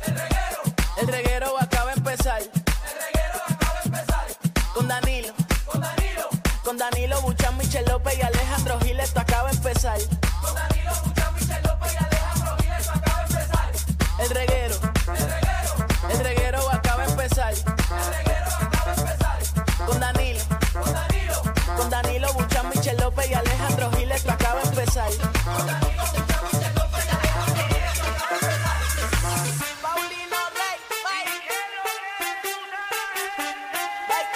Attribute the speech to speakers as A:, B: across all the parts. A: reguero, el reguero acaba de empezar. Con Danilo, con Danilo Buchan, Michel López y Alejandro Giles, esto acaba de empezar. El reguero, el reguero acaba de empezar. Con Danilo, con Danilo Buchan, Michel López y Alejandro Giles, esto acaba de empezar. Paulino Rey, eh,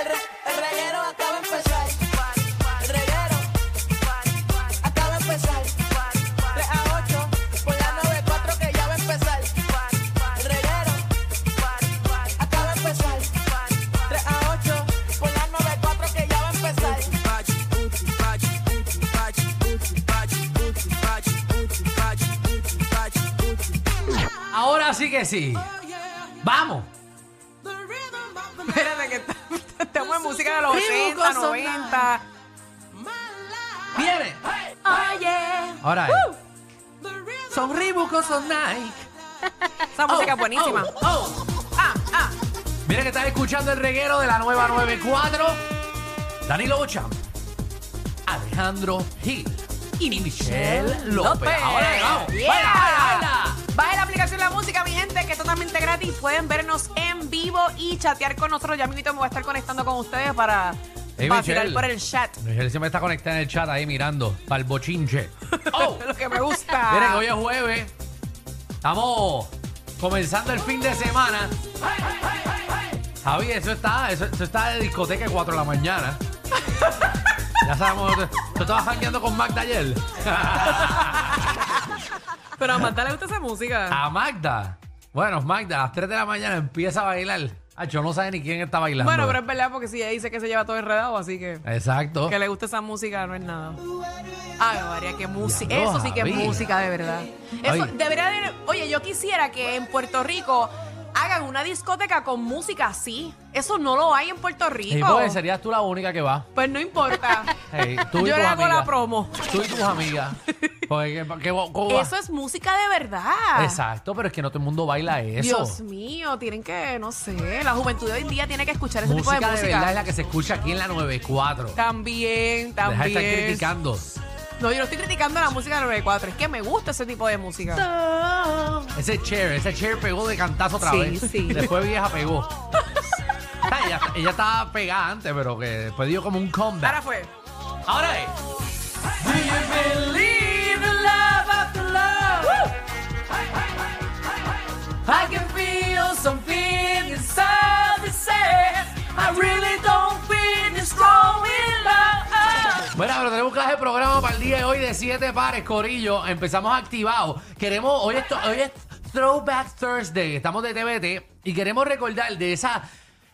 A: El, re- el reguero acaba de empezar. El reguero acaba de empezar. 3 a 8 por la 94 que ya va a empezar. El reguero acaba de empezar. 3 a 8 por la 94 que ya va a empezar.
B: Ahora sí que sí. Vamos. Espérate que está- estamos en música de los 80, 90. Viene. Ahora es. Son Reebok son Nike.
C: Esa música es buenísima.
B: Oh, oh. Ah, ah. Mira que estás escuchando el reguero de la nueva 94. Danilo Bocham, Alejandro Gil y Michelle López.
C: López.
B: Ahora es, vamos.
C: Yeah.
B: Baila, baila,
C: Baja la aplicación La Música, mi gente, que es totalmente gratis. Pueden vernos en vivo y chatear con nosotros. Ya amiguito me voy a estar conectando con ustedes para
B: Hey,
C: vacilar
B: Michelle.
C: por el chat.
B: baila. Michelle siempre está conectada en el chat ahí mirando. Para el bochinche. Oh.
C: Lo que me
B: Miren,
C: gusta.
B: hoy es jueves. Estamos comenzando el fin de semana. Javi, eso está, eso, eso está de discoteca de 4 de la mañana. Ya sabemos, tú, tú estabas jangueando con Magda ayer.
C: Pero a Marta le gusta esa música.
B: A Magda. Bueno, Magda, a las 3 de la mañana empieza a bailar. Ah, yo no sé ni quién está bailando.
C: Bueno, pero es verdad porque si ella dice que se lleva todo enredado, así que
B: Exacto.
C: que le gusta esa música no es nada. Ay, María, qué música.
B: Diablo,
C: Eso sí que es
B: Javi.
C: música de verdad. Eso
B: Ay.
C: debería de- Oye, yo quisiera que en Puerto Rico hagan una discoteca con música así. Eso no lo hay en Puerto Rico.
B: Y porque serías tú la única que va.
C: Pues no importa.
B: Hey, tú y
C: Yo
B: tus
C: le hago
B: amigas.
C: la promo.
B: Tú y tus amigas. Porque, que- que- ¿cómo va?
C: Eso es música de verdad.
B: Exacto, pero es que no todo el mundo baila eso.
C: Dios mío, tienen que, no sé, la juventud de hoy en día tiene que escuchar ese
B: música
C: tipo de
B: de,
C: música.
B: verdad es la que se escucha aquí en la 94.
C: También,
B: Deja de estar
C: también.
B: criticando.
C: No, yo no estoy criticando la música del 94, es que me gusta ese tipo de música.
B: Ese chair, ese chair pegó de cantazo otra
C: Sí,
B: vez.
C: sí.
B: Después vieja pegó. Ah, ella, ella estaba pegada antes, pero que después dio como un
C: Ahora
B: comeback.
C: fue.
B: Ahora es. Do you believe in love after love?
C: I can feel something inside the sand. I really don't feel strong in love.
B: Bueno, pero tenemos clase de programa para el día de hoy de siete pares, Corillo. Empezamos activados. Queremos, hoy es, hoy es Throwback Thursday, estamos de TBT y queremos recordar de esa,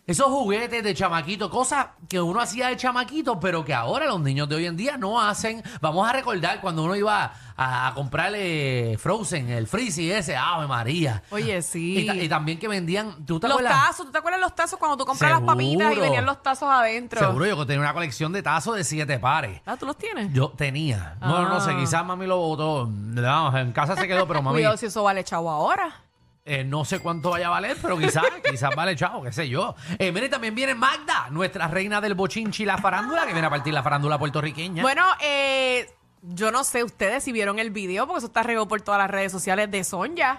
B: esos juguetes de chamaquito, cosas que uno hacía de chamaquito, pero que ahora los niños de hoy en día no hacen. Vamos a recordar cuando uno iba a, a comprarle Frozen, el Freezy ese, ¡Ave María!
C: Oye, sí.
B: Y, ta- y también que vendían, ¿tú te
C: Los
B: acuerdas?
C: tazos, ¿tú te acuerdas los tazos cuando tú compras las papitas y
B: Seguro.
C: venían los tazos adentro?
B: Seguro yo que tenía una colección de tazos de siete pares.
C: Ah, ¿tú los tienes?
B: Yo tenía. No, no sé,
C: Ah.
B: quizás mami lo botó. Vamos, en casa se quedó, pero mami,
C: Cuidado si eso vale chavo ahora.
B: eh, no sé cuánto vaya a valer, pero quizás, quizás vale, chavo, qué sé yo. Eh, mire, también viene Magda, nuestra reina del bochinchi, la farándula, que viene a partir la farándula puertorriqueña.
C: Bueno, eh, yo no sé ustedes si vieron el video, porque eso está regado por todas las redes sociales de Sonja.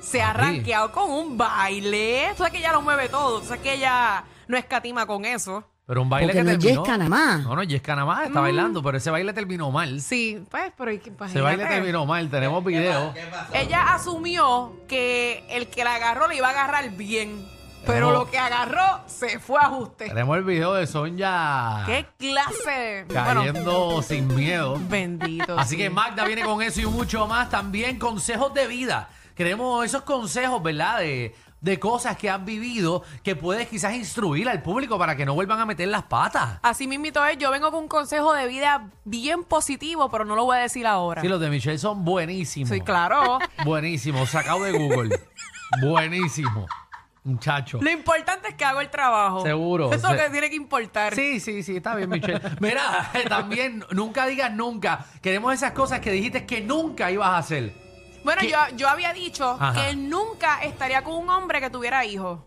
C: Se ha
B: Sí.
C: rankeado con un baile. Tú sabes que ella lo mueve todo. Tú sabes que ella no escatima con eso.
B: pero un baile que
D: Porque no es
B: terminó.
D: Yesca nada más.
B: No, no, Yesca nada más está bailando, pero ese baile terminó mal.
C: Mm. Sí, pues, pero... ¿y qué pasa?
B: Ese baile terminó mal, tenemos video.
C: Ella asumió que el que la agarró le iba a agarrar bien. Pero
B: No.
C: lo que agarró se fue a ajuste.
B: Tenemos el video de Sonja
C: ¿Qué clase? Bueno,
B: cayendo sin miedo.
C: bendito.
B: Así
C: sí.
B: que Magda viene con eso y mucho más. También consejos de vida. Queremos esos consejos, ¿verdad? De, de cosas que han vivido que puedes quizás instruir al público para que no vuelvan a meter las patas.
C: Así mismito es, yo vengo con un consejo de vida bien positivo, pero no lo voy a decir ahora.
B: Sí, los de Michelle son buenísimos.
C: Sí, claro.
B: Buenísimo, sacado de Google. Buenísimo. Muchacho.
C: Lo importante es que hago el trabajo.
B: Seguro. Se-
C: Eso es lo que tiene que importar.
B: Sí, sí, sí, está bien, Michelle. Mira, también nunca digas nunca. Queremos esas cosas que dijiste que nunca ibas a hacer.
C: Bueno,
B: ¿Qué?
C: yo, yo había dicho
B: Ajá.
C: que nunca estaría con un hombre que tuviera hijos.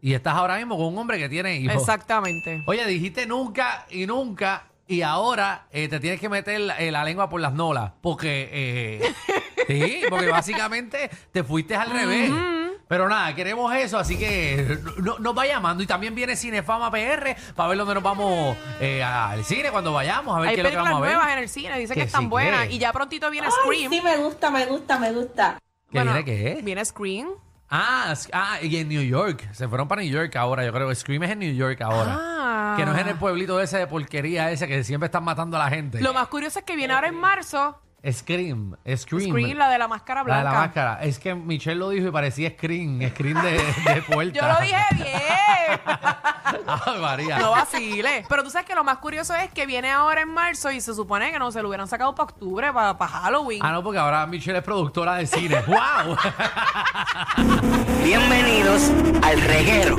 B: Y estás ahora mismo con un hombre que tiene hijos.
C: Exactamente.
B: Oye, dijiste nunca y nunca y ahora eh, te tienes que meter la, eh, la lengua por las nolas porque eh, sí, porque básicamente te fuiste al revés. Pero nada, queremos eso, así que no- nos va llamando. Y también viene Cinefama PR para ver dónde nos vamos eh, al cine cuando vayamos, a ver
C: Hay
B: qué es lo que
C: películas
B: vamos a ver.
C: nuevas en el cine, dicen que,
B: Que
C: están
B: sí,
C: buenas.
B: que-
C: Y ya prontito viene
D: Ay,
C: Scream.
D: sí, me gusta, me gusta, me gusta.
B: ¿Qué viene qué?
C: Viene Scream.
B: Ah, es- ah, y en New York. Se fueron para New York ahora, yo creo. Scream es en New York ahora.
C: Ah.
B: Que no es en el pueblito ese de porquería ese que siempre están matando a la gente.
C: Lo más curioso es que viene ahora en marzo
B: Scream, Scream.
C: Scream, la de la máscara
B: La de
C: blanca.
B: la máscara. Es que Michelle lo dijo y parecía Scream. Scream de, de puerta.
C: Yo lo dije bien.
B: Ay, María.
C: No vacile. Pero tú sabes que lo más curioso es que viene ahora en marzo y se supone que no se lo hubieran sacado para octubre, para, Halloween.
B: Ah, no, porque ahora Michelle es productora de cine. ¡Wow!
E: Bienvenidos al reguero.